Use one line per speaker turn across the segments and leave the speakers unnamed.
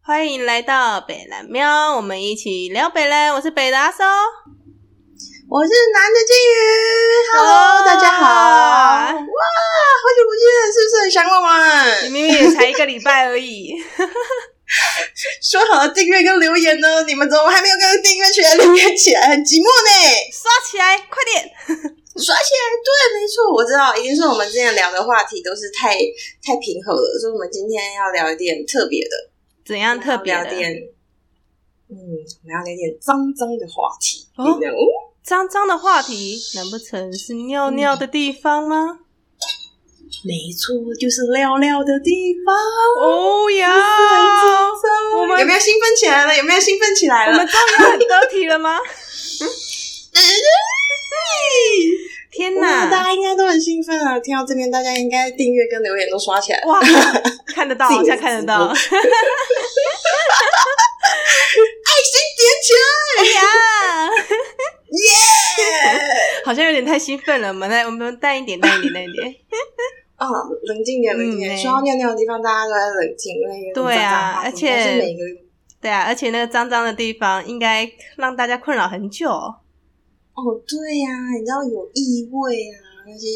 欢迎来到北蓝喵，我们一起聊北蓝。我是北达叔
我是男的金鱼，Hello，
哇
大家好！哇，好久不见，是不是很想我
你
们？
明明也才一个礼拜而已，
说好了订阅跟留言呢，你们怎么还没有跟订阅起来、留言起来？很寂寞呢。
刷起来，快点！
刷起来，对，没错，我知道，一定是我们之前聊的话题都是太太平和了，所以我们今天要聊一点特别的，
怎样特别
聊
的？
点，嗯，我们要聊点脏脏的话题。
哦
你知道
脏脏的话题，难不成是尿尿的地方吗？
没错，就是撩撩的地方。
哦呀，我们
有没有兴奋起来了？有没有兴奋起来
我
了
们？终于很得体 了吗？
哎
天
我想大
哪！
家应该都很兴奋啊！听到这边，大家应该订阅跟留言都刷起来。
哇，看得到，
自己
好
的
像看得到。
直播
哎
爱
哎呀，
心点起来！
好像有点太兴奋了。我们来，我们淡一点，淡一点，淡一点。
啊、冷静点，冷静点。
嗯
说到尿尿的地方，大家都在冷静，因为
对啊
有点脏脏话题但
而且
是每个
对啊，而且那个脏脏的地方应该让大家困扰很久。
哦，对呀、你知道有异味啊，那些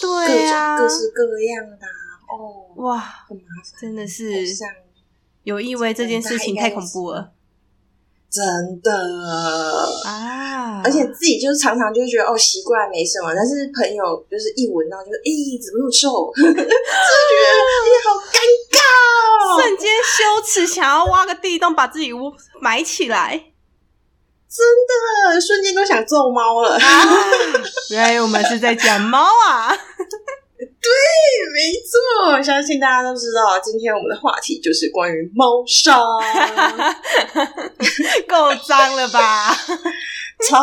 各
对
种、
啊，
各式各样的、啊、哦，
哇，
很麻烦，
真的是
好像
有异味这件事情太恐怖了
真的。
啊！
而且自己就是常常就会觉得哦习惯没什么，但是朋友就是一闻到就是咦、怎么那么臭， 就觉得哎呀好尴尬哦，
瞬间羞耻，想要挖个地洞把自己屋埋起来。
真的呃瞬间都想揍猫了。
啊！原来我们是在讲猫啊！
没错，相信大家都知道，今天我们的话题就是关于猫砂，
够脏了吧？
超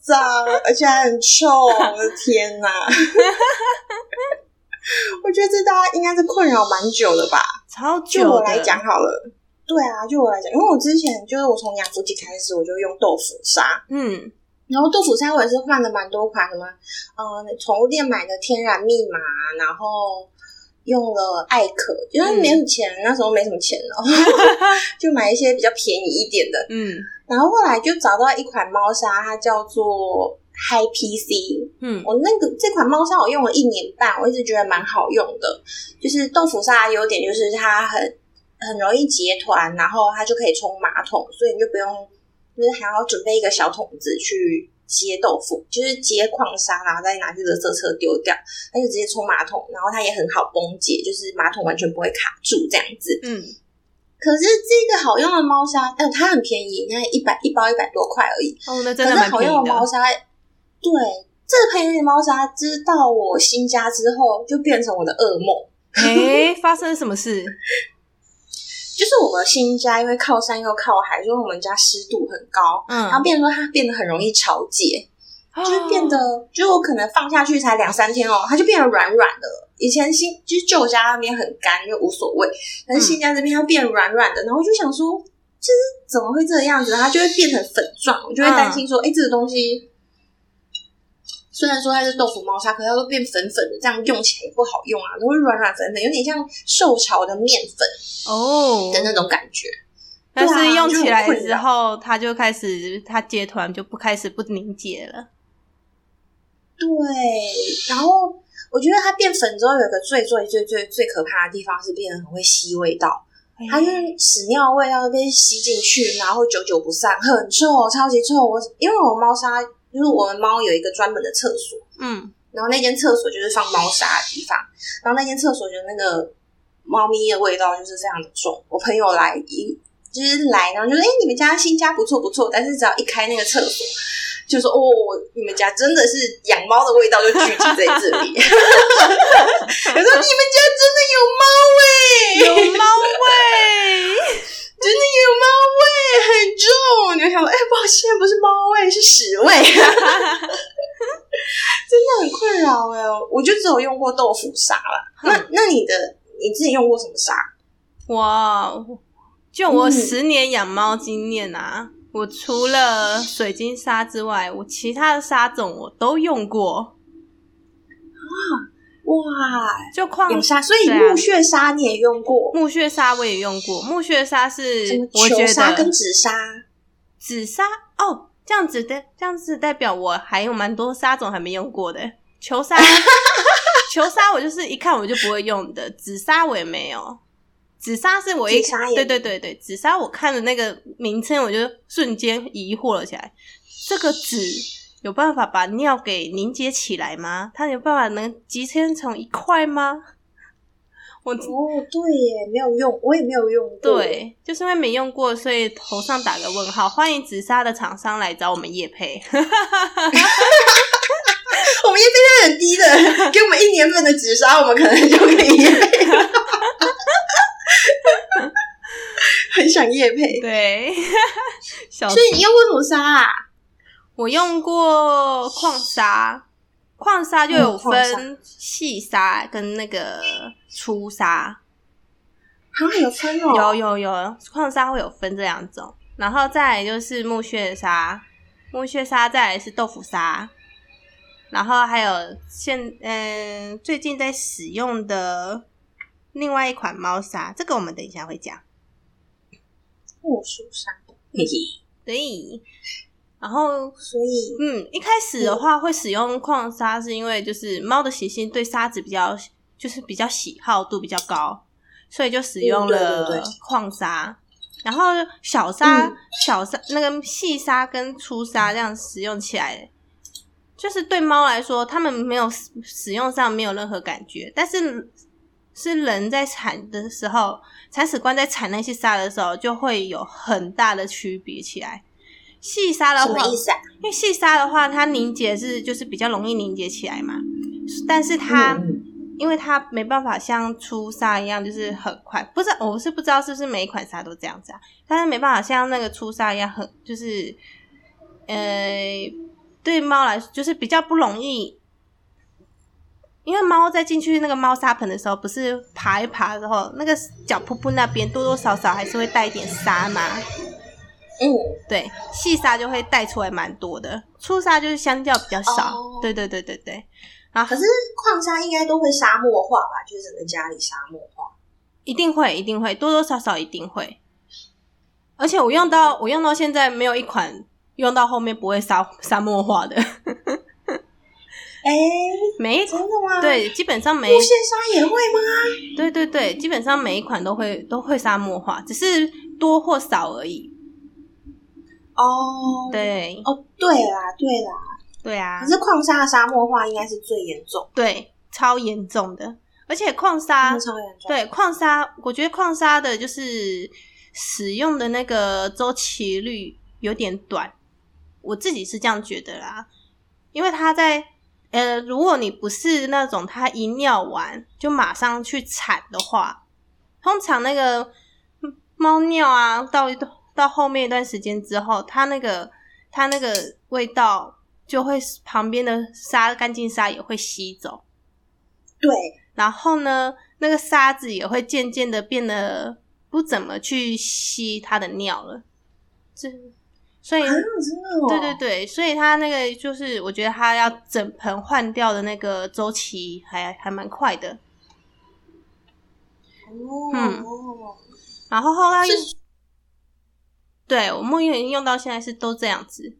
脏，而且还很臭，我的天哪！ 我觉得这大家应该是困扰蛮久的吧。
超
就
久
我
的
来讲好了，对啊，就我来讲，因为我之前就是我从养福吉开始，我就用豆腐砂，
嗯，
然后豆腐砂我也是换了蛮多款，什么嗯宠物店买的天然密码，然后用了艾可，因为没有钱，那时候没什么钱哦，就买一些比较便宜一点的。
嗯
然后后来就找到一款猫砂，它叫做 High PC，
嗯
我那个这款猫砂我用了一年半，我一直觉得蛮好用的。就是豆腐砂的优点就是它很很容易结团，然后它就可以冲马桶，所以你就不用就是还要准备一个小桶子去接豆腐，就是接矿砂，然后再拿去垃圾车丢掉，它就直接冲马桶，然后它也很好崩解，就是马桶完全不会卡住这样子。
嗯，
可是这个好用的猫砂，嗯、它很便宜，你看一百一包一百多块而已，
哦，那真
可
的
是
蛮
好
便
用哦
宜
的猫
的。
砂，对这个配音的猫砂，知道我新家之后就变成我的噩梦。
哎，发生了什么事？
就是我的新家，因为靠山又靠海，所以我们家湿度很高，
嗯
然，后变成说它变得很容易潮解，就是变得，就是我可能放下去才两三天哦，它就变得软软的了。以前新就是旧家那边很干，就无所谓，但是新家这边它变软软的，然后我就想说，就是怎么会这个样子？它就会变成粉状，我就会担心说，哎、这个东西虽然说它是豆腐猫砂，可是它都变粉粉的，这样用起来也不好用啊，都会软软粉粉，有点像受潮的面粉
哦，
的那种感觉。
但
对
是
啊
用
就
起
很
来
困
之
扰
后，它就开始它结团就不开始不凝结了。
对，然后我觉得它变粉之后，有一个最最最最最可怕的地方是变得很会吸味道，
哎
它就是屎尿味道都被吸进去，然后久久不散，很臭，超级臭。我因为我猫砂，就是我们猫有一个专门的厕所，
嗯，
然后那间厕所就是放猫砂的地方，然后那间厕所就那个猫咪的味道就是非常的重。我朋友来一就是来，然后就说：“哎、你们家新家不错不错。”但是只要一开那个厕所，就说：“哦，你们家真的是养猫的味道就聚集在这里。” 我说：“你们家真的有猫味、
有猫味，
真的有猫味，很重。你就想说，哎、抱歉，不是猫味，是屎味， 真的很困扰哎。我就只有用过豆腐砂啦。那那你的你自己用过什么砂？
哇！哦就我
嗯
十年养猫经验啊，我除了水晶砂之外，我其他的砂种我都用过。
哇，
就矿
养沙，所以
对啊
木屑沙你也用过，
木屑沙我也用过，木屑沙是
什么
嗯我觉
球沙
得
跟紫砂，
紫砂哦，这样子代这样子代表我还有蛮多沙种还没用过的 球沙，球沙我就是一看我就不会用的，紫砂我也没有。紫砂是我一
紫砂也
对对对对，紫砂我看了那个名称，我就瞬间疑惑了起来。这个纸有办法把尿给凝结起来吗？它有办法能集成成一块吗？我
哦，对耶，没有用，我也没有用过，，
对，就是因为没用过，所以头上打个问号。欢迎紫砂的厂商来找我们叶配。
我们业费很低 的，给我们一年份的紫砂，我们可能就可以 业配了。很想夜配，
对， 小
所以你用过什么沙啊？
我用过矿砂，矿砂就有
嗯矿砂
分细砂跟那个粗砂，
啊，有分哦，
有有有矿砂会有分这两种，然后再来就是木屑砂，木屑砂再来是豆腐砂，然后还有现嗯、最近在使用的另外一款猫砂，这个我们等一下会讲。
木梳沙，嘿嘿。
对，然后
所以
嗯，一开始的话会使用矿砂，是因为就是猫的习性对沙子比较，就是比较喜好度比较高，所以就使用
嗯对对
了
对
矿砂。然后小沙、
嗯
小沙那个细沙跟粗沙这样使用起来，就是对猫来说，它们没有使使用上没有任何感觉，但是是人在铲的时候，铲屎官在铲那些沙的时候，就会有很大的区别起来。细沙
什
的话
么，意思啊？
因为细沙的话，它凝结是就是比较容易凝结起来嘛，但是它、
嗯
因为它没办法像粗砂一样，就是很快，不是我是不知道是不是每一款沙都这样子啊，但是没办法像那个粗砂一样很就是，呃，对猫来说就是比较不容易。因为猫在进去那个猫砂盆的时候，不是爬一爬之后，那个脚噗噗那边多多少少还是会带一点沙嘛。
嗯，
对，细沙就会带出来蛮多的，粗沙就是相较比较少。
哦
对对对对对，
可是矿沙应该都会沙漠化吧？就是整个家里沙漠化。
一定会，一定会，多多少少一定会。而且我用到我用到现在，没有一款用到后面不会沙沙漠化的，
哎、
每一
真的吗？，
对基本上每
木屑沙也会吗？
对对对，基本上每一款都会都会沙漠化，只是多或少而已。
哦，，
对
哦，对啦，对啦。
对啊
可，是矿沙的沙漠化应该是最严重，
对超严重的，而且矿
真
沙
的超严重。
对，矿砂，我觉得矿砂的就是使用的那个周期率有点短，我自己是这样觉得啦。因为它在呃，如果你不是那种它一尿完就马上去铲的话，通常那个嗯猫尿啊，到一段到后面一段时间之后，它那个它那个味道就会旁边的沙干净沙也会吸走。
对，
然后呢，那个沙子也会渐渐的变得不怎么去吸它的尿了。这，所以，
啊，真的哦。
对对对，所以它那个就是，我觉得它要整盆换掉的那个周期还还蛮快的。
哦，
嗯然后后来
是，
对我目前用到现在是都这样子。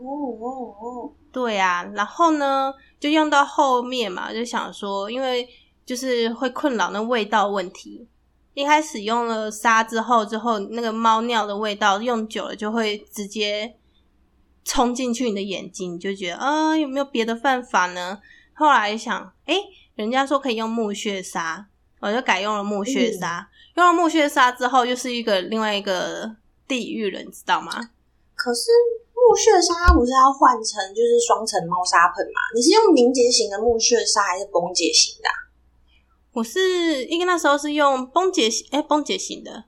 哦哦哦，
对啊，然后呢，就用到后面嘛，就想说，因为就是会困扰那味道问题。一开始用了沙之后，之后那个猫尿的味道用久了就会直接冲进去你的眼睛，你就觉得啊、有没有别的办法呢？后来想，诶，人家说可以用木屑沙，我就改用了木屑沙。用了木屑沙之后，又是一个另外一个地狱了，你知道吗？
可是。木屑沙不是要换成就是双层猫砂盆吗？你是用凝结型的木屑沙还是崩解型的啊、
我是因为那时候是用崩解型，哎、崩解型的，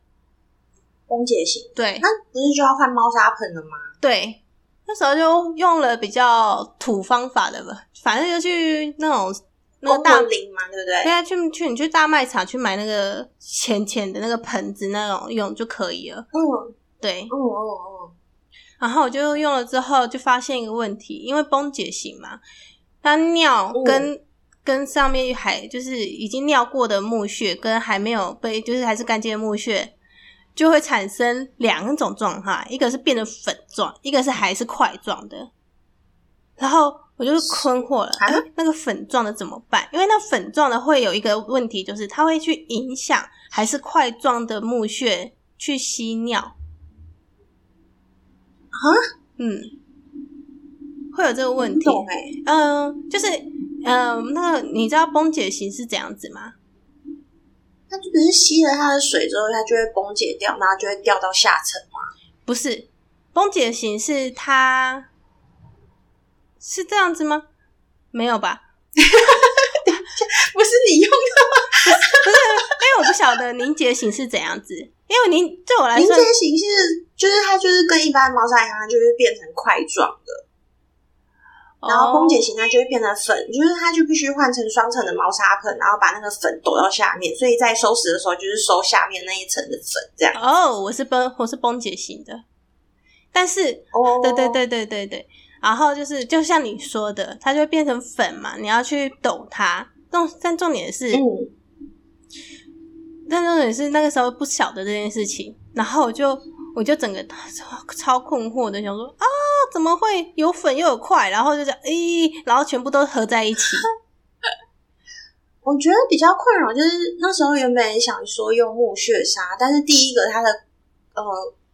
崩解型，
对
那不是就要换猫砂盆了吗？
对，那时候就用了比较土方法的吧，反正就去那种那个
公
大，
文林嘛，对不对
哦对？啊，去去你去大卖场去买那个浅浅的那个盆子那种用就可以了，
嗯
对
嗯。嗯嗯，
然后我就用了之后，就发现一个问题，因为崩解型嘛，它尿
嗯
跟、跟上面还就是已经尿过的木屑，跟还没有被就是还是干净的木屑，就会产生两种状态，一个是变得粉状，一个是还是块状的。然后我就困惑了，
啊
哎那个粉状的怎么办？因为那粉状的会有一个问题，就是它会去影响还是块状的木屑去吸尿。啊？嗯，会有这个问
不
题。
懂哎、
嗯，就是嗯，那个你知道崩解型是怎样子吗？
它就只是吸了它的水之后，它就会崩解掉，然后就会掉到下层。
不是，崩解型是它是这样子吗？没有吧？
不是你用
因为我不晓得凝结型是怎样子，因为凝对我来
凝
说
结型是，就是它就是跟一般的猫砂一样，它就是变成块状的，
哦
然后崩解型它就会变成粉，就是它就必须换成双层的猫砂盆，然后把那个粉抖到下面，所以在收拾的时候就是收下面那一层的粉，这样。
哦，哦我是崩我是崩解型的，但是
哦
对对，对对对对。然后就是，就像你说的，它就会变成粉嘛，你要去抖它。重但重点是，
嗯，
但重点是那个时候不晓得这件事情，然后我就我就整个 超超困惑的，想说啊，怎么会有粉又有块？然后就这样，咦、然后全部都合在一起。
我觉得比较困扰就是那时候原本也想说用木屑砂，但是第一个它的呃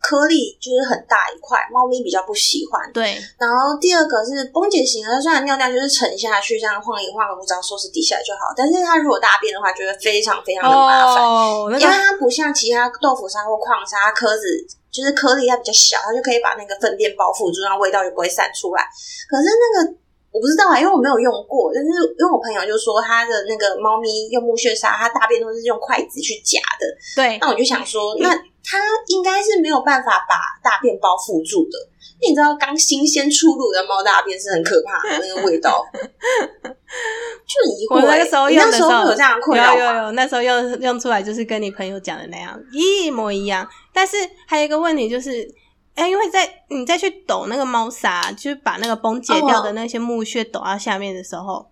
颗粒就是很大一块，猫咪比较不喜欢。
对，
然后第二个是崩解型的，虽然尿尿就是沉下去这样晃一晃，我只要收拾底下就好。但是它如果大便的话，就会非常非常的麻烦，
哦，那
因为
个
它不像其他豆腐砂或矿砂颗子，就是颗粒它比较小，它就可以把那个粪便包覆住，让味道就不会散出来。可是那个我不知道啊，因为我没有用过，但是因为我朋友就说他的那个猫咪用木屑砂，它大便都是用筷子去夹的，
对
那我就想说，那它应该是没有办法把大便包覆住的。你知道，刚新鲜出炉的猫大便是很可怕的那个味道， 就很疑惑、
我
欸。
那个时候
你
用
那
的
时候
时候
会有这样的困扰
有有
吗？
有，那时候用用出来就是跟你朋友讲的那样一模一样。但是还有一个问题就是。哎，因为在你再去抖那个猫砂，就是把那个崩解掉
嗯
的那些木屑抖到下面的时候，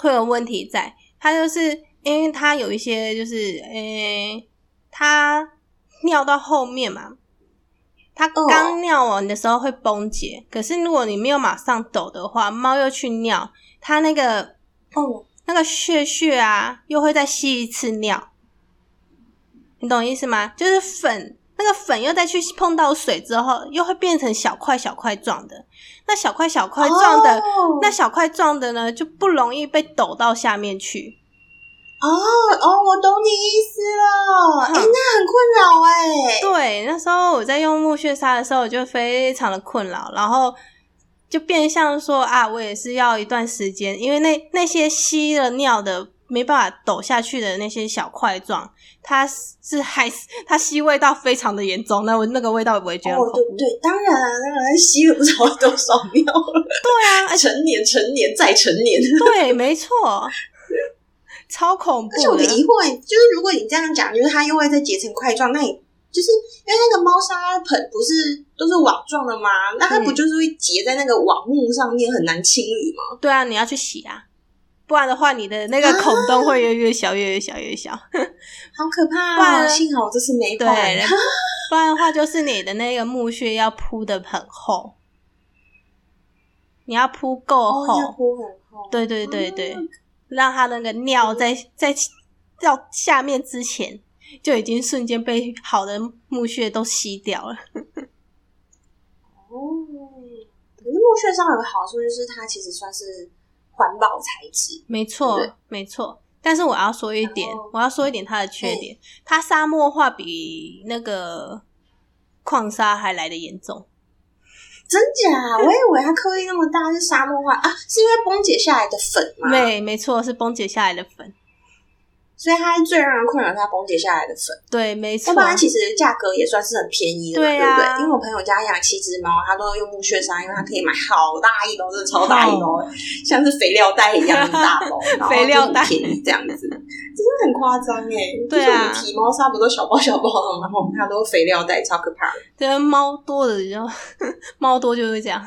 会有问题在。它就是因为它有一些就是，诶、它尿到后面嘛，它
哦
刚尿完的时候会崩解。可是如果你没有马上抖的话，猫又去尿，它那个
哦，
那个血血啊，又会再吸一次尿，你懂意思吗？就是粉那个粉又再去碰到水之后，又会变成小块小块状的。那小块小块状的，
哦
那小块状的呢，就不容易被抖到下面去。
哦哦，我懂你意思了。哎、
哼
那很困扰哎、
对，那时候我在用木屑砂的时候，我就非常的困扰，然后就变相说啊，我也是要一段时间，因为那那些吸了尿的没办法抖下去的那些小块状，它是 还是它吸味道非常的严重，那我那个味道我不会觉得很
哦，对
恐怖。
对，当然啊，当然吸了不知道多少尿了，
对 啊，而且
成年、成年再成 年。
对，没错，超恐
而且我
怖
的疑
的。
惑就是，如果你这样讲，就是它又会再结成块状，那你就是因为那个猫砂盆不是都是网状的吗？那
嗯
它不就是会结在那个网目上面，很难清理吗？
对啊，你要去洗啊，不然的话你的那个
啊
孔洞会越越小，越越小，越越小。
好可
不
怕、
然
哦！
呢
幸好我这次没换。
啊对，不然的话就是你的那个木屑要铺的很厚，你要铺够
哦，要
厚，
铺很厚。
对对对对
嗯，
让它那个尿在在到下面之前就已经瞬间被好的木屑都吸掉了。
哦，可是木屑上有个好处就是它其实算是环保材质。
没错
对，哦
没错。但是我要说一点
然后，
我要说一点它的缺点，
哦
它沙漠化比那个矿沙还来的严重。
真假？我以为它颗粒那么大是沙漠化啊，是因为崩解下来的粉吗？，
对，没错，是崩解下来的粉。
所以它最让人困扰，它崩解下来的粉。
对，没错
要不。然其实价格也算是很便宜的嘛，
对
对
啊
不对？因为我朋友家养七只猫，它都用木屑砂，因为它可以买好大一包，真的超大一包，像是肥料袋一样的大 包，然后
肥料袋
就很便宜这样子，真的很夸张哎。
对
就是
啊
我们提猫砂不都小包小包的吗？我们它都肥料袋，超可怕的。
对，猫多的就猫多就会这样。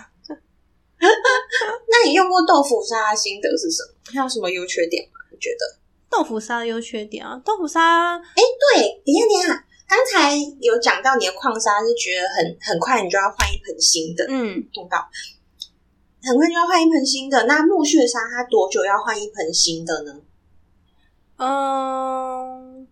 那你你用过豆腐沙，心得是什么？它有什么优缺点吗？你觉得？
豆腐沙的优缺点啊，豆腐沙
对，等一下，等一下，刚才有讲到你的矿沙是觉得很很快你就要换一盆新的，
嗯，
动到很快就要换一盆新的。那木屑沙它多久要换一盆新的呢？
嗯，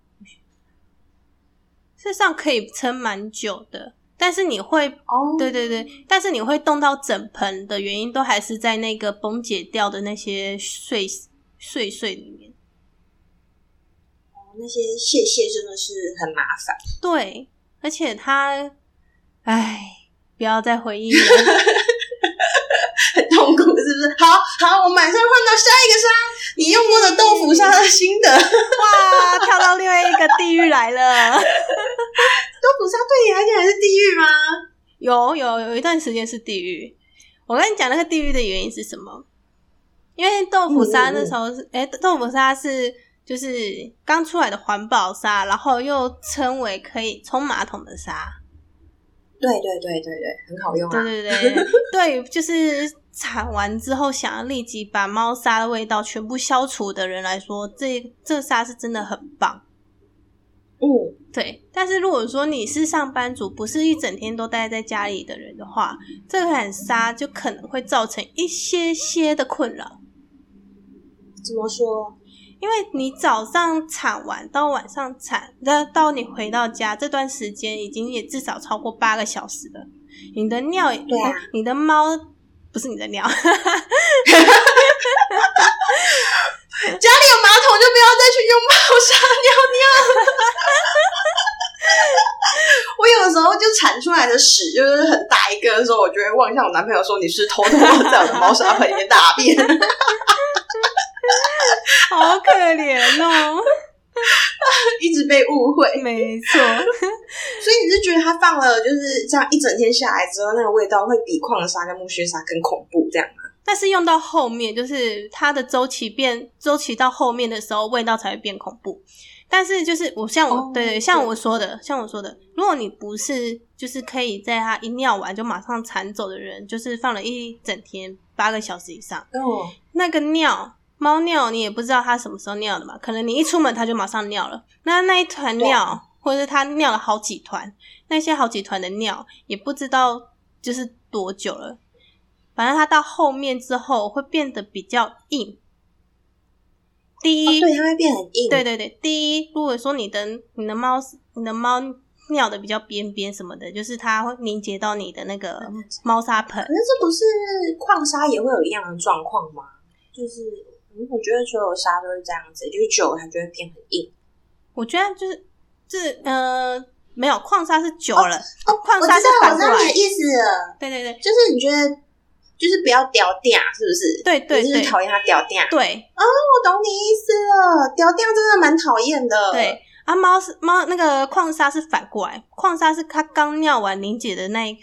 事实上可以撑蛮久的，但是你会，
哦
对对对，但是你会冻到整盆的原因，都还是在那个崩解掉的那些碎碎碎里面。
哦那些屑屑真的是很麻烦。
对，而且它，唉，不要再回忆了。
很痛苦，是不是？好好，我马上换到下一个沙，你用过的豆腐沙的新的豆
哇，跳到另外一个地狱来了。
腐沙，对你来讲还是地狱吗？
有有有一段时间是地狱。我跟你讲那个地狱的原因是什么？因为豆腐沙
嗯嗯嗯
那时候是，哎、豆腐沙是就是刚出来的环保沙，然后又称为可以冲马桶的沙。
对对对对对，很好用
对
啊。
对对 对对，就是铲完之后想要立即把猫砂的味道全部消除的人来说，这这沙是真的很棒。
嗯，
对，但是如果说你是上班族，不是一整天都待在家里的人的话，这款沙就可能会造成一些些的困扰，
怎么说？
因为你早上铲完到晚上铲，那到你回到家这段时间已经也至少超过八个小时了，你的尿，
对啊
你的猫不是你的尿，
家里有马桶就不要再去用猫砂尿尿了。我有时候就铲出来的屎就是很大一个的时候，我就会望向我男朋友说：“你是偷偷地在我的猫砂盆里面大便。”
好可怜哦，
一直被误会。
没错，
所以你是觉得它放了就是这样一整天下来之后，那个味道会比矿沙跟木屑沙更恐怖这样吗？
但是用到后面，就是它的周期变周期到后面的时候，味道才会变恐怖。但是就是我像我、
哦
对对，像
对
我说的，像我说的，如果你不是就是可以在它一尿完就马上铲走的人，就是放了一整天八个小时以上，
哦，
那个尿猫尿你也不知道它什么时候尿的嘛，可能你一出门它就马上尿了，那那一团尿，或者是它尿了好几团，那些好几团的尿也不知道就是多久了，反正它到后面之后会变得比较硬。第一，
对，它会变很硬。
哦对对对，第一，如果说你的你的猫你的猫尿的比较边边什么的，就是它会凝结到你的那个猫砂盆
可，是这不是矿沙也会有一样的状况吗？就是嗯我觉得所有沙都是这样子，就是久了它就会变很硬。
我觉得就是这呃没有矿砂是久了，矿
我知
砂是
道，我
反
知
过
道你
来
的，意思了，
对对对
就是你觉得就是不要掉掉，是不是？
对对
你
对
是讨厌它掉掉。
对
我懂你意思了，掉掉真的蛮讨厌的。
对。啊，猫是猫，那个矿砂是反过来，矿砂是它刚尿完凝结的那一，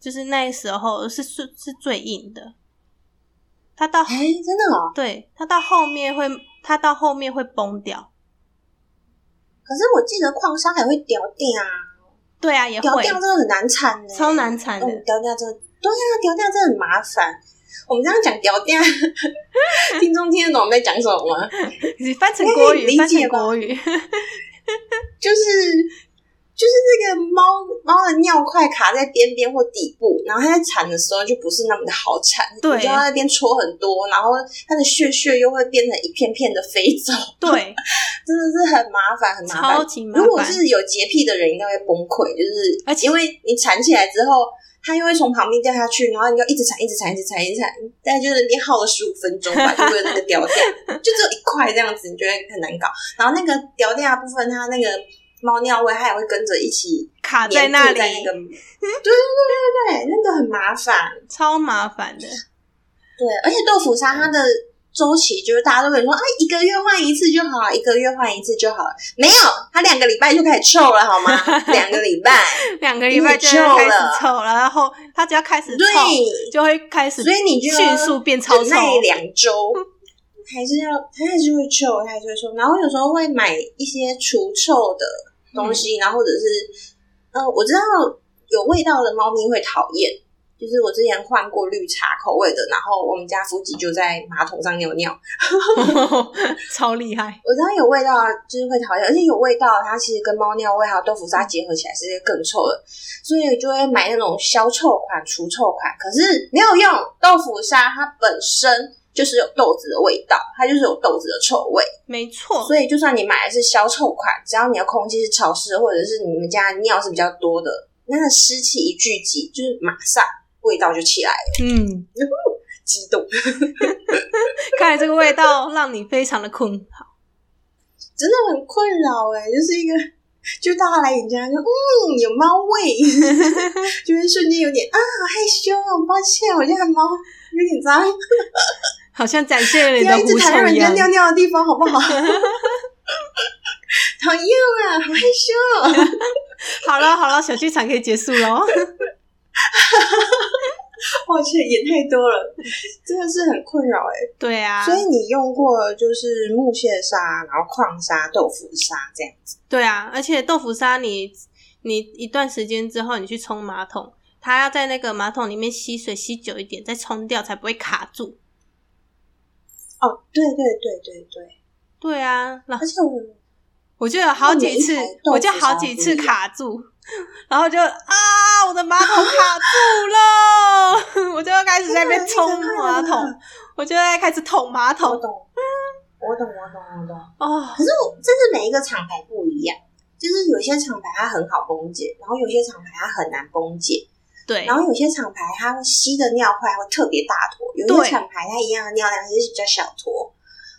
就是那时候是是是最硬的，它到
哎、真的哦。
对它到后面会它到后面会崩掉，
可是我记得矿沙还会掉掉啊。
对啊也
屌
会
掉真的很难产呢、
超难产的
嗯，屌掉真的，对啊，屌掉真的很麻烦。我们这样讲屌 掉，听众听得懂我们在讲什么吗？
你翻成国
可以理
语，
解
翻成
吧
国语，
就是就是那个猫猫的尿块卡在边边或底部，然后它在产的时候就不是那么的好产，
对
你就要在那边戳很多，然后它的血血又会变成一片片的飞走，
对，
真的是很麻烦，很麻
超
烦。
级麻
如果
烦，
是有洁癖的人，应该会崩溃，就是
而且
因为你缠起来之后，它又会从旁边掉下去，然后你就一直缠，一直缠，一直缠，一直缠，大概就是你耗了十五分钟吧，就为了那个掉掉，就只有一块这样子，你觉得很难搞。然后那个掉掉的部分，它那个猫尿味，它也会跟着一起
卡
粘
在那
附
里，
在那个，对对对对对，那个很麻烦。
超麻烦的。
对，而且豆腐沙它的周期就是大家都会说啊，一个月换一次就好了，一个月换一次就好了。没有，它两个礼拜就开始臭了，好吗？两个礼拜，
两个礼拜就会开始臭了，然后它只要开始臭，
对，
就会开始，
所以你就要
迅速变超
忍
臭。
耐两周。还是要，它还是会臭，它还是会臭。然后有时候会买一些除臭的呃东西，然后或者是，嗯、我知道有味道的猫咪会讨厌，就是我之前换过绿茶口味的，然后我们家夫吉就在马桶上尿尿。
超厉害，
我知道有味道就是会讨厌，而且有味道它其实跟猫尿味还有豆腐渣结合起来是更臭的，所以就会买那种消臭款、除臭款。可是没有用，豆腐沙它本身就是有豆子的味道，它就是有豆子的臭味。
没错，
所以就算你买的是消臭款，只要你的空气是潮湿，或者是你们家尿是比较多的，那个湿气一聚集，就是马上味道就起来了，
嗯，
激动。
看来这个味道让你非常的困扰。
真的很困扰哎、就是一个， 就大家来你家就嗯有猫味， 就会瞬间有点啊好害羞哦，抱歉，我家的猫有点脏，
好像展现了
不
你
要
的
啊一直
狐
躺在
臭
人
一
家
样。
尿尿的地方好不 好？ 讨厌啊，好害羞、哦，
好了好了，小剧场可以结束了哦。
抱歉，也太多了，真的是很困扰哎、
对啊，
所以你用过就是木屑沙，然后矿沙、豆腐沙这样子，
对啊，而且豆腐沙你你一段时间之后，你去冲马桶，它要在那个马桶里面吸水吸久一点，再冲掉才不会卡住。
哦，对对对对对，
对啊，然后
而且我
我就有好几次
那每一台，豆腐
我就好几次卡住，然后就啊，我的马桶卡住了，我 就开始在那边冲马
太难
桶
了，
我就在开始捅马
我懂，我
桶
懂，我懂，我懂。
哦，
可是我真的每一个厂牌不一样，就是有些厂牌它很好崩解，然后有些厂牌它很难崩解，
对
然后有些厂牌它吸的尿块会特别大坨，有些
对
厂牌它一样的尿量就是比较小坨，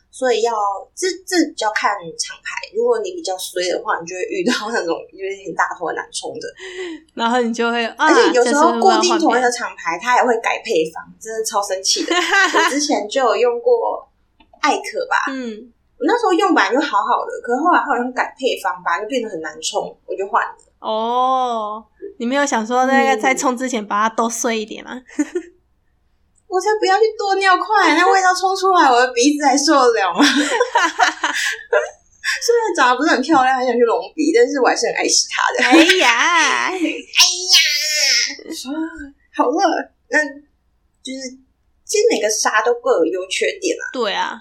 所以要这这比较看厂牌。如果你比较衰的话，你就会遇到那种就是很大坨很难冲的，
然后你就会啊，
而且有时
这
候
次
固
我要
定
换
同一
别
个
的
厂牌，它也会改配方，真的超生气的。我之前就有用过艾可吧，
嗯，
我那时候用本来就好好的，可是后来好像改配方吧，就变得很难冲，我就换了。
哦，你没有想说那个
嗯
在冲之前把它剁碎一点 吗？
我才不要去剁尿块，那味道冲出来，我的鼻子还受得了吗？ 虽然长得不是很漂亮，很想去隆鼻，但是我还是很爱惜它的。
哎呀，
啊好了，那就是其实每个沙都各有优缺点啊。
对啊，